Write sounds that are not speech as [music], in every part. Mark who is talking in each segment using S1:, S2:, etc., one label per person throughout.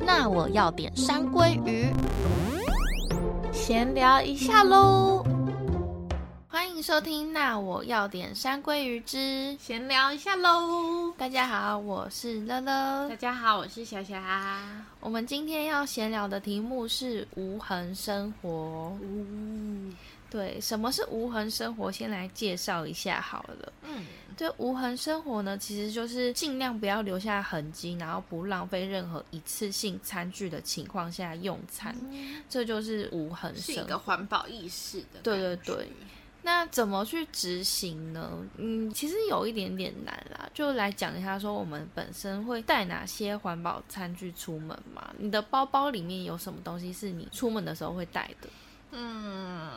S1: 那我要点山鲑鱼。闲聊一下喽，欢迎收听《那我要点山鲑鱼之
S2: 闲聊一下喽》。。
S1: 大家好，我是乐乐
S2: 大。家好，我是小霞。
S1: 我们今天要闲聊的题目是无痕生活。
S2: 嗯
S1: 对，什么是无痕生活？先来介绍一下好了。
S2: 嗯
S1: 对，无痕生活呢，其实就是尽量不要留下痕迹，然后不浪费任何一次性餐具的情况下用餐，这就是无痕
S2: 是
S1: 生
S2: 一
S1: 活。
S2: 个环保意识的感觉。
S1: 对对对那怎么去执行呢？嗯，其实有一点点难啦。就来讲一下，说我们本身会带哪些环保餐具出门嘛？你的包包里面有什么东西是你出门的时候会带的？
S2: 嗯，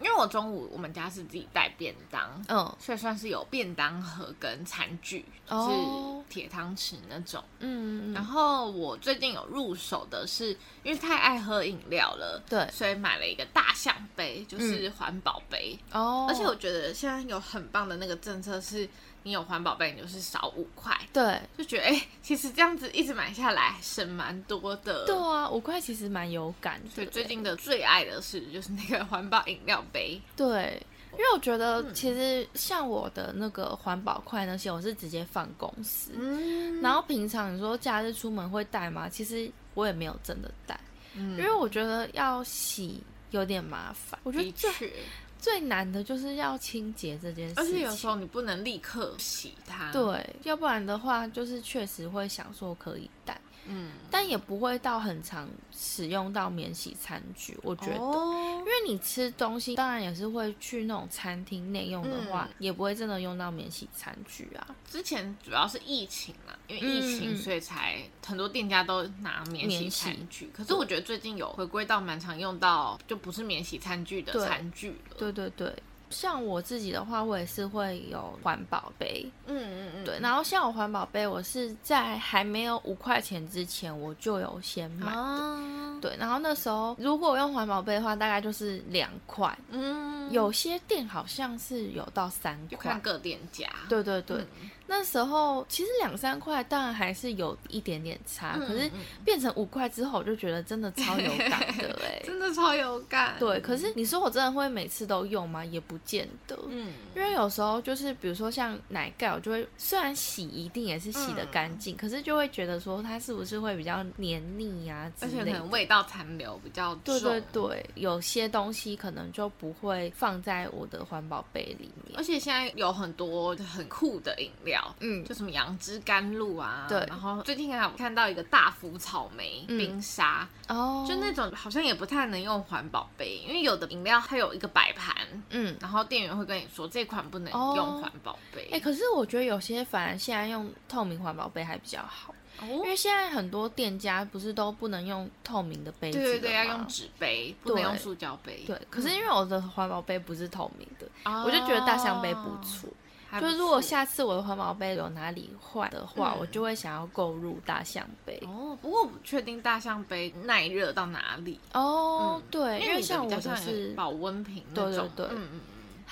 S2: 因为我中午我们家是自己带便当，
S1: 嗯
S2: 所以算是有便当盒跟餐具，就是
S1: 哦
S2: 铁汤匙那种。
S1: 嗯，
S2: 然
S1: 嗯
S2: 后我最近有入手的是，因为太爱喝饮料了，
S1: 对嗯
S2: 所以买了一个大象杯，就是环保杯。
S1: 哦，
S2: 而且我觉得现在有很棒的那个政策是，你有环保杯，你就是少五块，
S1: 对
S2: 就觉得哎、其实这样子一直买下来省蛮多的。
S1: 对啊，五块其实蛮有感的。
S2: 所以最近的最爱的事就是那个环保饮料杯，
S1: 对，因为我觉
S2: 嗯
S1: 得其实像我的那个环保筷那些，我是直接放公司。
S2: 嗯
S1: 然后平常你说假日出门会带吗？其实我也没有真的带，
S2: 因
S1: 因为我觉得要洗有点麻烦。我觉得
S2: 的
S1: 最
S2: 确，
S1: 最难的就是要清洁这件事情，
S2: 而且有时候你不能立刻洗它，，
S1: 对，要不然的话就是确实会想说可以带，
S2: 嗯，
S1: 但也不会到很常使用到免洗餐具。我觉得。
S2: 哦
S1: 因为你吃东西，当然也是会去那种餐厅内用的话，
S2: 嗯
S1: 也不会真的用到免洗餐具啊。
S2: 之前主要是疫情嘛，因为疫
S1: 嗯嗯
S2: 情，所以才很多店家都拿免洗
S1: 免洗
S2: 餐具。可是我觉得最近有回归到蛮常用到，就不是免洗餐具的
S1: 对
S2: 餐具了。
S1: 对对对，像我自己的话，我也是会有环保杯。
S2: 嗯嗯嗯，
S1: 对，然后像我环保杯，我是在还没有五块钱之前，我就有先买。
S2: 啊，
S1: 对，然后那时候如果我用环保杯的话，大概就是两块，
S2: 嗯，
S1: 有些店好像是有到三
S2: 就
S1: 块
S2: 看。各店家。
S1: 对对对，
S2: 嗯
S1: 那时候其实两三块当然还是有一点点差，
S2: 嗯
S1: 可是
S2: 嗯
S1: 变成五块之后，我就觉得真的超有感
S2: [laughs]
S1: 的哎、
S2: 真的超有感。
S1: 对，可是你说我真的会每次都用吗？也不见得。
S2: 嗯，
S1: 因为有时候就是，比如说像奶盖，我就会虽然洗一定也是洗的干
S2: 嗯
S1: 净，可是就会觉得说它是不是会比较黏腻啊之
S2: 而且可
S1: 类
S2: 能
S1: 的。
S2: 味道残留比较重。
S1: 对对对，有些东西可能就不会放在我的环保杯里面
S2: 而。且现在有很多很酷的饮料，
S1: 嗯
S2: 就什么杨枝甘露啊，
S1: 对
S2: 然后最近还有看到一个大福草莓
S1: 嗯
S2: 冰沙，
S1: 哦，
S2: 就那种好像也不太能用环保杯，因为有的饮料它有一个摆盘，
S1: 嗯，
S2: 然后店员会跟你说这款不能
S1: 哦
S2: 用环保杯。
S1: 哎、可是我觉得有些反而现在用透明环保杯还比较好，因
S2: 哦
S1: 为现在很多店家不是都不能用透明的杯子
S2: 对对对，
S1: 了
S2: 要
S1: 吗
S2: 用纸杯，不能
S1: 对
S2: 用塑胶杯。
S1: 对，可是因为我的环保杯不是透明的，
S2: 哦，
S1: 我就觉得大象杯不错。
S2: 还不
S1: 就
S2: 错。
S1: 是如果下次我的环保杯有哪里坏的话，
S2: 嗯
S1: 我就会想要购入大象杯。
S2: 哦，不过我不确定大象杯耐热到哪里，
S1: 哦，对，
S2: 因
S1: 因为
S2: 你的
S1: 像
S2: 比较
S1: 我的
S2: 像
S1: 是
S2: 保温瓶那
S1: 对对
S2: 种，
S1: 对
S2: 嗯嗯嗯。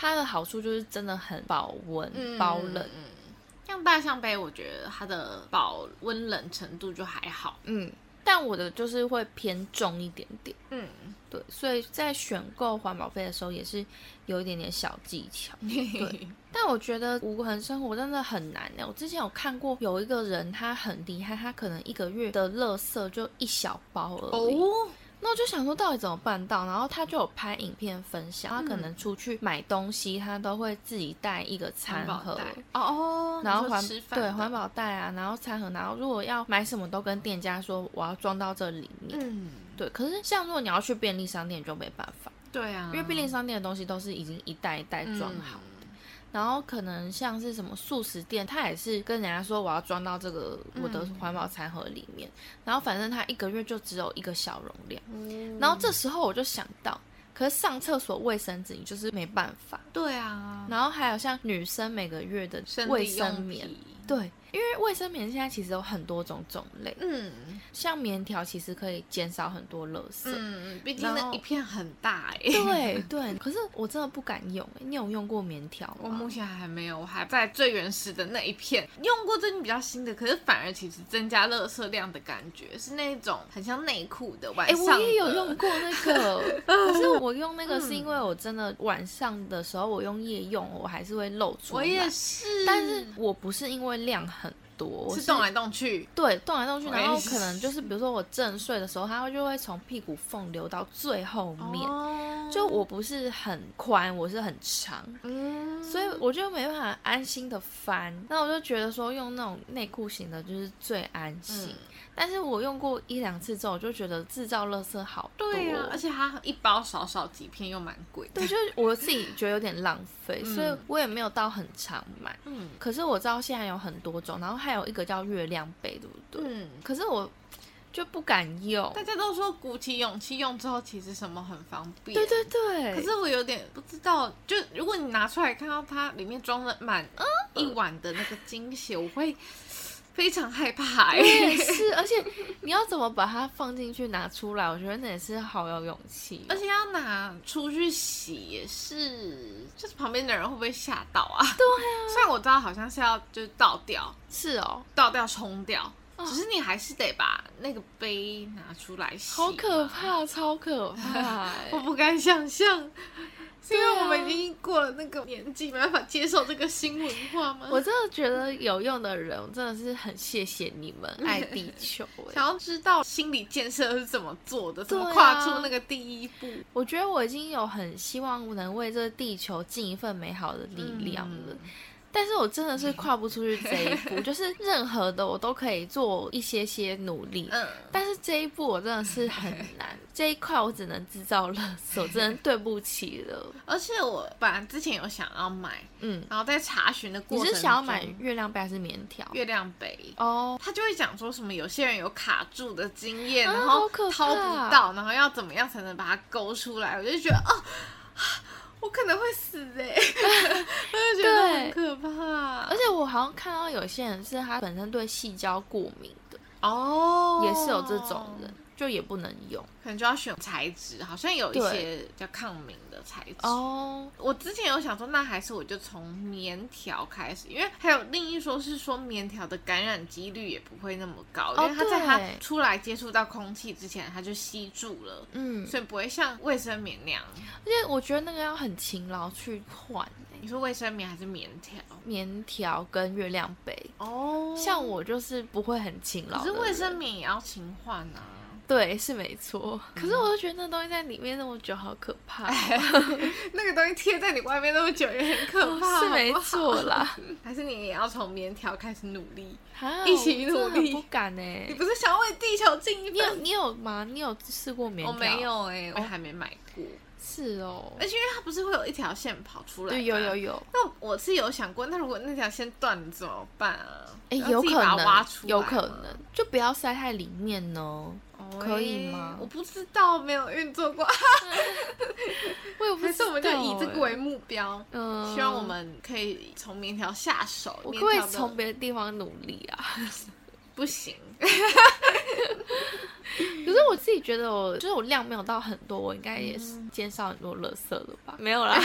S1: 它的好处就是真的很保温、保冷。
S2: 嗯像大象杯，我觉得它的保温冷程度就还好。
S1: 嗯，但我的就是会偏重一点点。
S2: 嗯，
S1: 对，所以在选购环保杯的时候也是有一点点小技巧。
S2: [laughs] 对，
S1: 但我觉得无痕生活真的很难欸呢。我之前有看过有一个人，他很厉害，他可能一个月的垃圾就一小包而已。
S2: 哦，
S1: 那我就想说，到底怎么办到？然后他就有拍影片分享，他可
S2: 嗯
S1: 能出去买东西，他都会自己带一个餐
S2: 环保
S1: 盒
S2: 袋，哦哦，
S1: 然后
S2: 你
S1: 环
S2: 说吃饭
S1: 对
S2: 的
S1: 环，保袋啊，然后餐盒，然后如果要买什么都跟店家说我要装到这里面。
S2: 嗯，
S1: 对，可是像如果你要去便利商店就没办法，
S2: 对啊，
S1: 因为便利商店的东西都是已经一袋一袋装好。
S2: 嗯，
S1: 然后可能像是什么素食店，他也是跟人家说我要装到这个我
S2: 嗯
S1: 的环保餐盒里面，然后反正他一个月就只有一个小容量。
S2: 哦
S1: 然后这时候我就想到，可是上厕所卫生纸你就是没办法，
S2: 对啊，
S1: 然后还有像女生每个月的
S2: 生理
S1: 卫生
S2: 用
S1: 棉，
S2: 品
S1: 对，因为卫生棉现在其实有很多种种类，
S2: 嗯
S1: 像棉条其实可以减少很多垃圾。
S2: 嗯，毕竟
S1: 然
S2: 那
S1: 后
S2: 一片很大哎、
S1: 对对，可是我真的不敢用、欸。你有用过棉条
S2: 我
S1: 吗
S2: 目？前还没有，我还在最原始的那一片用过最近比较新的，可是反而其实增加垃圾量的感觉是那种很像内裤的晚
S1: 哎、
S2: 上的、嗯
S1: 我也有用过那个，
S2: [laughs]
S1: 可是我用那个是因为我真的晚上的时候我用夜用，我还是会露出来。
S2: 我也是，
S1: 但是我不是因为量很多，我
S2: 是动来动去，
S1: 对动来动去，
S2: 我
S1: 然后
S2: 也是
S1: 可能就是比如说我正睡的时候，它会就会从屁股缝流到最后面。
S2: 哦
S1: 就我不是很宽，我是很长，
S2: 嗯，
S1: 所以我就没办法安心的翻。那我就觉得说用那种内裤型的，就是最安心。
S2: 嗯
S1: 但是我用过一两次之后，我就觉得制造垃圾好多。
S2: 对啊呀、而且它一包少少几片又蛮贵的
S1: 对，，就是我自己觉得有点浪费，
S2: 嗯
S1: 所以我也没有到很常买。
S2: 嗯
S1: 可是我知道现在有很多种，然后还有一个叫月亮杯，对不对？
S2: 嗯。
S1: 可是我就不敢用。
S2: 大家都说鼓起勇气用之后，其实什么很方便。
S1: 对对对，
S2: 可是我有点不知道，就如果你拿出来看到它里面装了满一碗的那个精血，我会非常害怕、
S1: 也
S2: 欸。 [laughs]
S1: 是，而且你要怎么把它放进去拿出来？我 [laughs] 觉得那也是好有勇气哦、
S2: 而且要拿出去洗也是，就是旁边的人会不会吓到啊？ [laughs] 对啊。虽然我知道好像是要就是倒掉，
S1: 是哦，
S2: 倒掉冲掉，只是你还是得把那个杯拿出来洗。
S1: 好可！怕，超可怕、欸
S2: 我不敢想象， [laughs] 是
S1: 对
S2: 因为
S1: 啊
S2: 我们已经过了那个年纪，没办法接受这个新文化吗？
S1: [laughs] 我真的觉得有用的人，我真的是很谢谢你们爱地球、欸。
S2: 想要知道心理建设是怎么做的，怎么
S1: 对啊
S2: 跨出那个第一步。
S1: 我觉得我已经有很希望能为这个地球尽一份美好的力量了。但是我真的是跨不出去这一步，就是任何的我都可以做一些些努力，
S2: 嗯，
S1: 但是这一步我真的是很难，这一块我只能制造垃圾，我真的对不起了。
S2: 而且我本来之前有想要买，
S1: 嗯，
S2: 然后在查询的过
S1: 你
S2: 程中，
S1: 是想要买月亮杯还是棉条？
S2: 月亮杯？
S1: 哦，
S2: 他就会讲说什么有些人有卡住的经验，
S1: 啊
S2: 然
S1: 好
S2: 后
S1: 可怕
S2: 掏不到，然后要怎么样才能把它勾出来？我就觉得哦， [laughs] 我可能会死哎、我就觉得很
S1: 对
S2: 可怕。
S1: 而且我好像看到有些人是他本身对细胶过敏的，
S2: 哦，
S1: 也是有这种人，，就也不能用。
S2: 可能就要选材质，好像有一
S1: 对
S2: 些比较抗敏的材质。
S1: 哦，
S2: 我之前有想说，那还是我就从棉条开始，因为还有另一说是说棉条的感染几率也不会那么高，
S1: 哦
S2: 因为它在它
S1: 对
S2: 出来接触到空气之前，它就吸住了，
S1: 嗯，
S2: 所以不会像卫生棉那样。
S1: 而且我觉得那个要很勤劳去换、欸、
S2: 你说卫生棉还是棉条？
S1: 棉条跟月亮杯。
S2: 哦
S1: 像我就是不会很勤劳
S2: 可
S1: 的
S2: 是
S1: 人，
S2: 卫生棉也要勤换啊。
S1: 对是没错，可
S2: 嗯
S1: 是我就觉得那东西在里面，那我觉得好可怕
S2: [laughs]
S1: 哦、
S2: [laughs] 那个东西贴在你外面那么久也很可怕，
S1: 是没
S2: 好不好
S1: 错。
S2: [laughs]
S1: 啦，
S2: 还是你也要从棉条开始努力？
S1: [laughs] 啊
S2: 一起
S1: 我真的
S2: 努
S1: 很
S2: 力
S1: 不敢呢、
S2: [laughs] 你不是想要为地球尽一
S1: 你有
S2: 份？
S1: 你有吗？你有试过棉
S2: 我
S1: 条？
S2: 没，有哎、我还没买过。
S1: 是哦，
S2: 而且因为它不是会有一条线跑出来吗，
S1: 对，有有有，
S2: 那我是有想过，那如果那条线断了怎么办啊？
S1: 哎、
S2: 要
S1: 有
S2: 自己
S1: 可
S2: 把它挖
S1: 能
S2: 出，来
S1: 有
S2: 吗
S1: 可能，就不要塞太里面呢。
S2: 哦
S1: 可以
S2: 欸
S1: 吗
S2: 我不知道，没有运作过，
S1: 我也不
S2: 还
S1: 知
S2: 是
S1: 道、欸
S2: 我们就以这个为，目标，
S1: 嗯、
S2: 希望我，们可以从棉条下手。
S1: 我可
S2: 棉
S1: 不可以
S2: 条的
S1: 从别的地方努力
S2: [laughs]
S1: 啊？
S2: 不行， [laughs]
S1: 可是我自己觉得我，就是我量没有到很多，我应该也是
S2: 嗯
S1: 减少很多垃圾了吧？没有
S2: [laughs]
S1: 啦，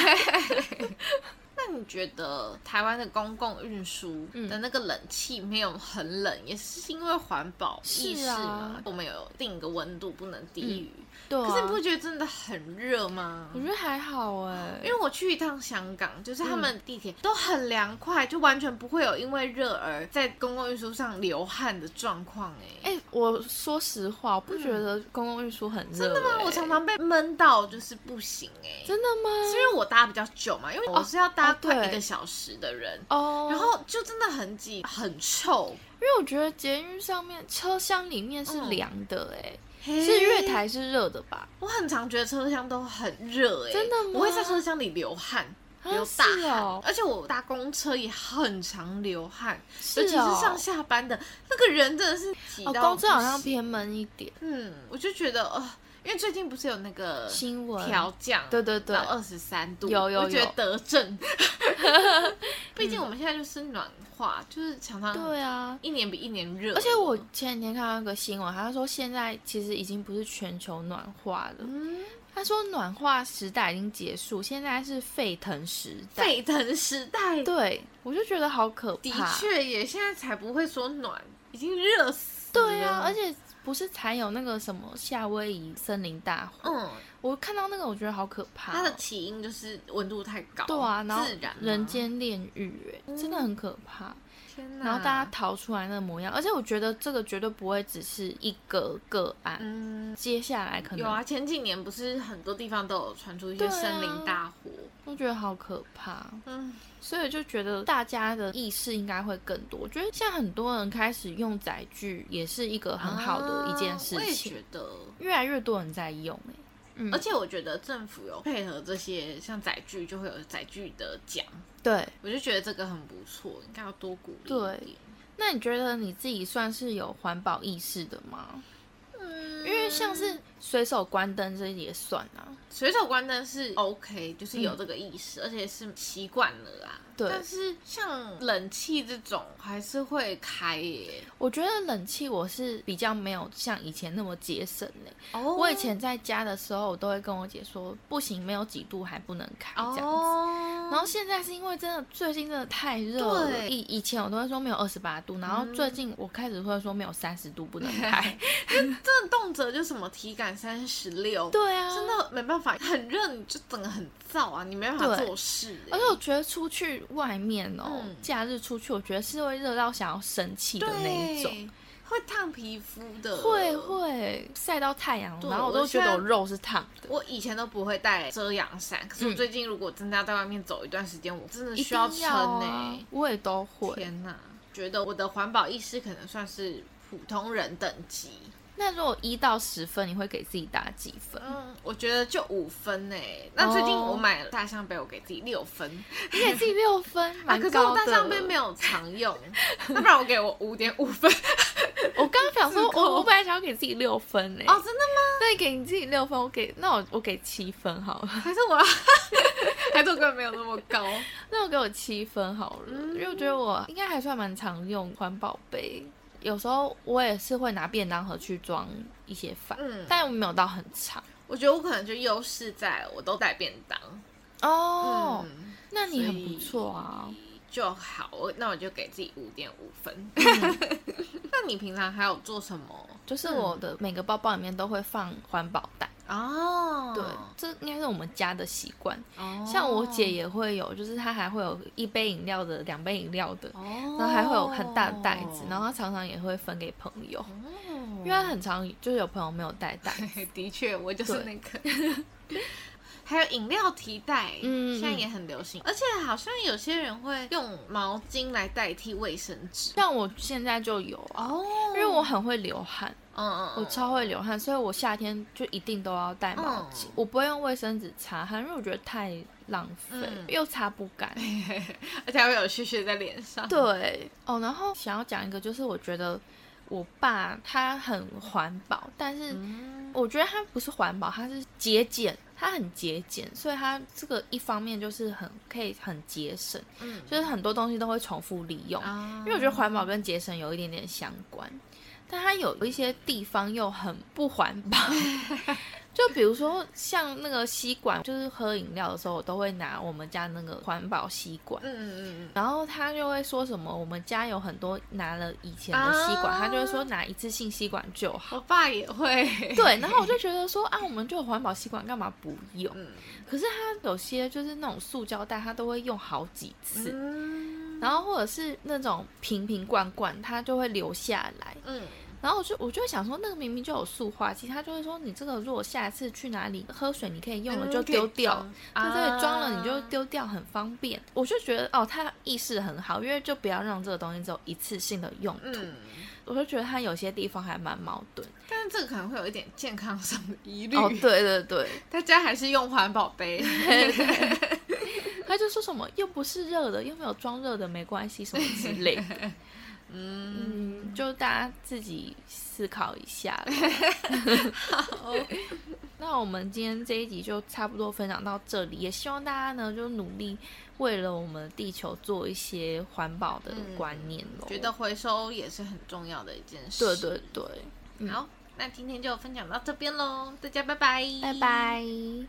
S2: 那你觉得台湾的公共运输
S1: 嗯
S2: 的那个冷气没有很冷，也是因为环保意识
S1: 是啊
S2: 吗？我们有定一个温度，不能低于。
S1: [laughs] 对、啊，
S2: 可是你不觉得真的很热吗？
S1: 我觉得还好哎、
S2: 因为我去一趟香港，就是
S1: 嗯
S2: 他们地铁都很凉快，就完全不会有因为热而在公共运输上流汗的状况哎。
S1: 哎、我说实话，我不觉
S2: 嗯
S1: 得公共运输很热、真的
S2: 啊那我常常被闷到就是不行哎，
S1: 真的
S2: 是
S1: 吗？
S2: 因为我搭比较久嘛，因为我是要搭
S1: 哦对
S2: 快一个小时的人，
S1: 哦，
S2: 然后就真的很挤，很臭，
S1: 因为我觉得捷运上面车厢里面是凉的、哎、
S2: 是
S1: 是月。台是热的吧？
S2: 我很常觉得车厢都很热哎，
S1: 真的吗
S2: 我会在车厢里流汗。
S1: 啊
S2: 流大
S1: 是
S2: 汗，
S1: 哦，
S2: 而且我搭公车也很常流汗，
S1: 是
S2: 尤其是
S1: 哦
S2: 上下班的那个人真的是挤
S1: 哦，
S2: 到、
S1: 公车好像，偏闷一点。
S2: 嗯，我就觉得呃，因为最近不是有那个
S1: 新闻
S2: 调降，
S1: 对对对
S2: 到二十三度，
S1: 有有 [laughs]
S2: [laughs] 我觉得
S1: 有
S2: 得正，毕竟我们现在就是暖化，就是常常
S1: 对啊，
S2: 一年比一年热。
S1: 而且我前几天看到一个新闻，他说现在其实已经不是全球暖化了，
S2: 嗯，
S1: 他说暖化时代已经结束，现在是沸腾时代。
S2: 沸腾时代
S1: 对，我就觉得好可
S2: 的
S1: 怕。
S2: 确也现在才不会说暖，已经热死了。
S1: 对啊，而且不是才有那个什么夏威夷森林大火？
S2: 嗯，
S1: 我看到那个，我觉得好可怕哦、
S2: 它的起因就是温度太高，
S1: 对啊，然后
S2: 自然嘛
S1: 人。间炼狱，哎，真的很可怕。
S2: 天哪！
S1: 然后大家逃出来那个
S2: 嗯
S1: 模样，而且我觉得这个绝对不会只是一个个案，
S2: 嗯，
S1: 接下来可能
S2: 有啊，前几年不是很多地方都有传出一
S1: 对
S2: 些
S1: 啊
S2: 森林大火。
S1: 我觉得好可怕，
S2: 嗯，
S1: 所以就觉得大家的意识应该会更多。我觉得现在很多人开始用载具，也是一个很好的一件事
S2: 啊我也
S1: 情，
S2: 觉得。
S1: 越来越多人在用、哎，嗯
S2: 而且我觉得政府有配合这些像载具，就会有载具的奖，
S1: 对。
S2: 我就觉得这个很不错，应该要多鼓励
S1: 对
S2: 一点。
S1: 那你觉得你自己算是有环保意识的吗？
S2: 嗯
S1: 因为像是随手关灯这也算啊，
S2: 随手关灯是 OK，就是有这个意识，而且是习惯了啊。
S1: 对
S2: 但是像冷气这种还是会开耶。
S1: 我觉得冷气我是比较没有像以前那么节省嘞、
S2: 哦，
S1: 我以前在家的时候，我都会跟我姐说，不行，没有几度还不能开这样子。
S2: 哦，
S1: 然后现在是因为真的最近真的太热了，
S2: 对嗯
S1: 以以前我都会说没有二十八度，然后最近我开始会说没有三十度不
S2: [laughs]
S1: 能开。
S2: 真的动辄就什么体感三十六，
S1: 对啊，
S2: 真。的没办法，很热你就整个很燥啊，你没办法
S1: 对
S2: 做事欸耶。
S1: 而且我觉得出去外面哦，
S2: 嗯
S1: 假日出去，我觉得是会热到想要生气的那一种，
S2: 对，会烫皮肤的，
S1: 会。会晒到太阳，
S2: 对
S1: 然后我
S2: 我
S1: 都觉
S2: 现
S1: 得
S2: 在
S1: 我肉是烫的。
S2: 我以前都不会带遮阳伞，可是我
S1: 嗯
S2: 最近如果真的要在外面走一段时间，我真的
S1: 一
S2: 需要撑
S1: 定要
S2: 呢、
S1: 啊我也都会。
S2: 天哪，觉得我的环保意识可能算是普通人等级。
S1: 那如果一到十分，你会给自己打几分？
S2: 嗯，我觉得就五分呢、那最近
S1: 哦
S2: 我买了大象杯，我给自己六分。
S1: 你 [laughs] 给自己六分，
S2: 啊，
S1: 蛮
S2: 可是
S1: 高
S2: 我
S1: 的。
S2: 大象杯没有常
S1: [laughs]
S2: 用，那不然我给我五点五分。
S1: 哦我刚刚想说，
S2: 自控
S1: 我我本来想要给自己六分呢、
S2: 哦，真的吗？
S1: 那你给你自己六分，我给那我我给七分好了， [laughs]
S2: 还是我要？还是我根本没有那么高？
S1: 那我给我七分好了，因为我觉得我应该还算蛮常用环保杯，有时候我也是会拿便当盒去装一些饭，
S2: 嗯
S1: 但我没有到很长
S2: 我觉得我可能就优势在我都带便当。
S1: 哦。
S2: 嗯，
S1: 那你
S2: 所
S1: 很
S2: 以
S1: 不错啊，
S2: 就好，我那我就给自己五点五分。
S1: 嗯
S2: [laughs] 那你平常还有做什么？
S1: 就是我的每个包包里面都会放环保袋，
S2: 哦，
S1: 对，这应该是我们家的习惯。
S2: 哦
S1: 像我姐，也会有，就是她还会有一杯饮料的，两杯饮料的，
S2: 哦，
S1: 然后还会有很大的袋子，然后她常常也会分给朋友，因为她很常就是有朋友没有带
S2: [laughs]
S1: 袋，
S2: 哦的确，我就是
S1: 对
S2: 那个。 [laughs] 还有饮料提袋，
S1: 嗯嗯
S2: 现在也很流行，而且好像有些人会用毛巾来代替卫生纸。
S1: 像我现在就有啊，
S2: 哦，
S1: 因为我很会流汗，
S2: 嗯嗯，
S1: 我超会流汗，所以我夏天就一定都要带毛巾
S2: 嗯，
S1: 我不会用卫生纸擦汗，因为我觉得太浪费
S2: 嗯，
S1: 又擦不干。
S2: 而且还会有屑屑在脸上。
S1: 对哦，然后想要讲一个，就是我觉得我爸他很环保，但是
S2: 嗯，
S1: 我觉得它不是环保，它是节俭，它很节俭，所以它这个一方面就是很可以很节省，
S2: 嗯
S1: 就是很多东西都会重复利用，
S2: 啊
S1: 因为我觉得环保跟节省有一点点相关，但它有一些地方又很不环
S2: [laughs]
S1: 保。就比如说像那个吸管，就是喝饮料的时候，我都会拿我们家那个环保吸管，
S2: 嗯嗯嗯
S1: 然后他就会说什么，我们家有很多拿了以前的吸管，
S2: 啊
S1: 他就会说拿一次性吸管就好。
S2: [laughs] 嗯，我爸也会。
S1: 对，然后我就觉得说啊，我们就有环保吸管，干嘛不用？
S2: 嗯
S1: 可是它有些就是那种塑胶袋，它都会用好几次，
S2: 嗯
S1: 然后或者是那种瓶瓶罐罐，它就会留下来。
S2: 嗯，
S1: 然后我就我就会想说，那个明明就有塑化剂，它就会说你这个如果下一次去哪里喝水，你可以用了就丢掉。
S2: 嗯，
S1: 它这里装了，你就
S2: 啊。
S1: 丢掉，很方便。我就觉得哦，它意识很好，因为就不要让这个东西只有一次性的用途。
S2: 嗯，
S1: 我就觉得它有些地方还蛮矛盾。
S2: 但是这个可能会有一点健康上的疑虑。
S1: 哦，对对对，
S2: 大家还是用环保
S1: [laughs]
S2: 杯。
S1: 他就说什么又不是热的，又没有装热的，没关系什么之类的。
S2: [laughs] 嗯， [laughs]
S1: 嗯，就大家自己思考一下啦。那我们今天这一集就差不多分享到这里，也希望大家呢就努力为了我们地球做一些环保的观念咯。
S2: 嗯觉得回收也是很重要的一件事。
S1: 对对对，嗯
S2: 好，那今天就分享到这边喽，大家拜拜，
S1: 拜。拜。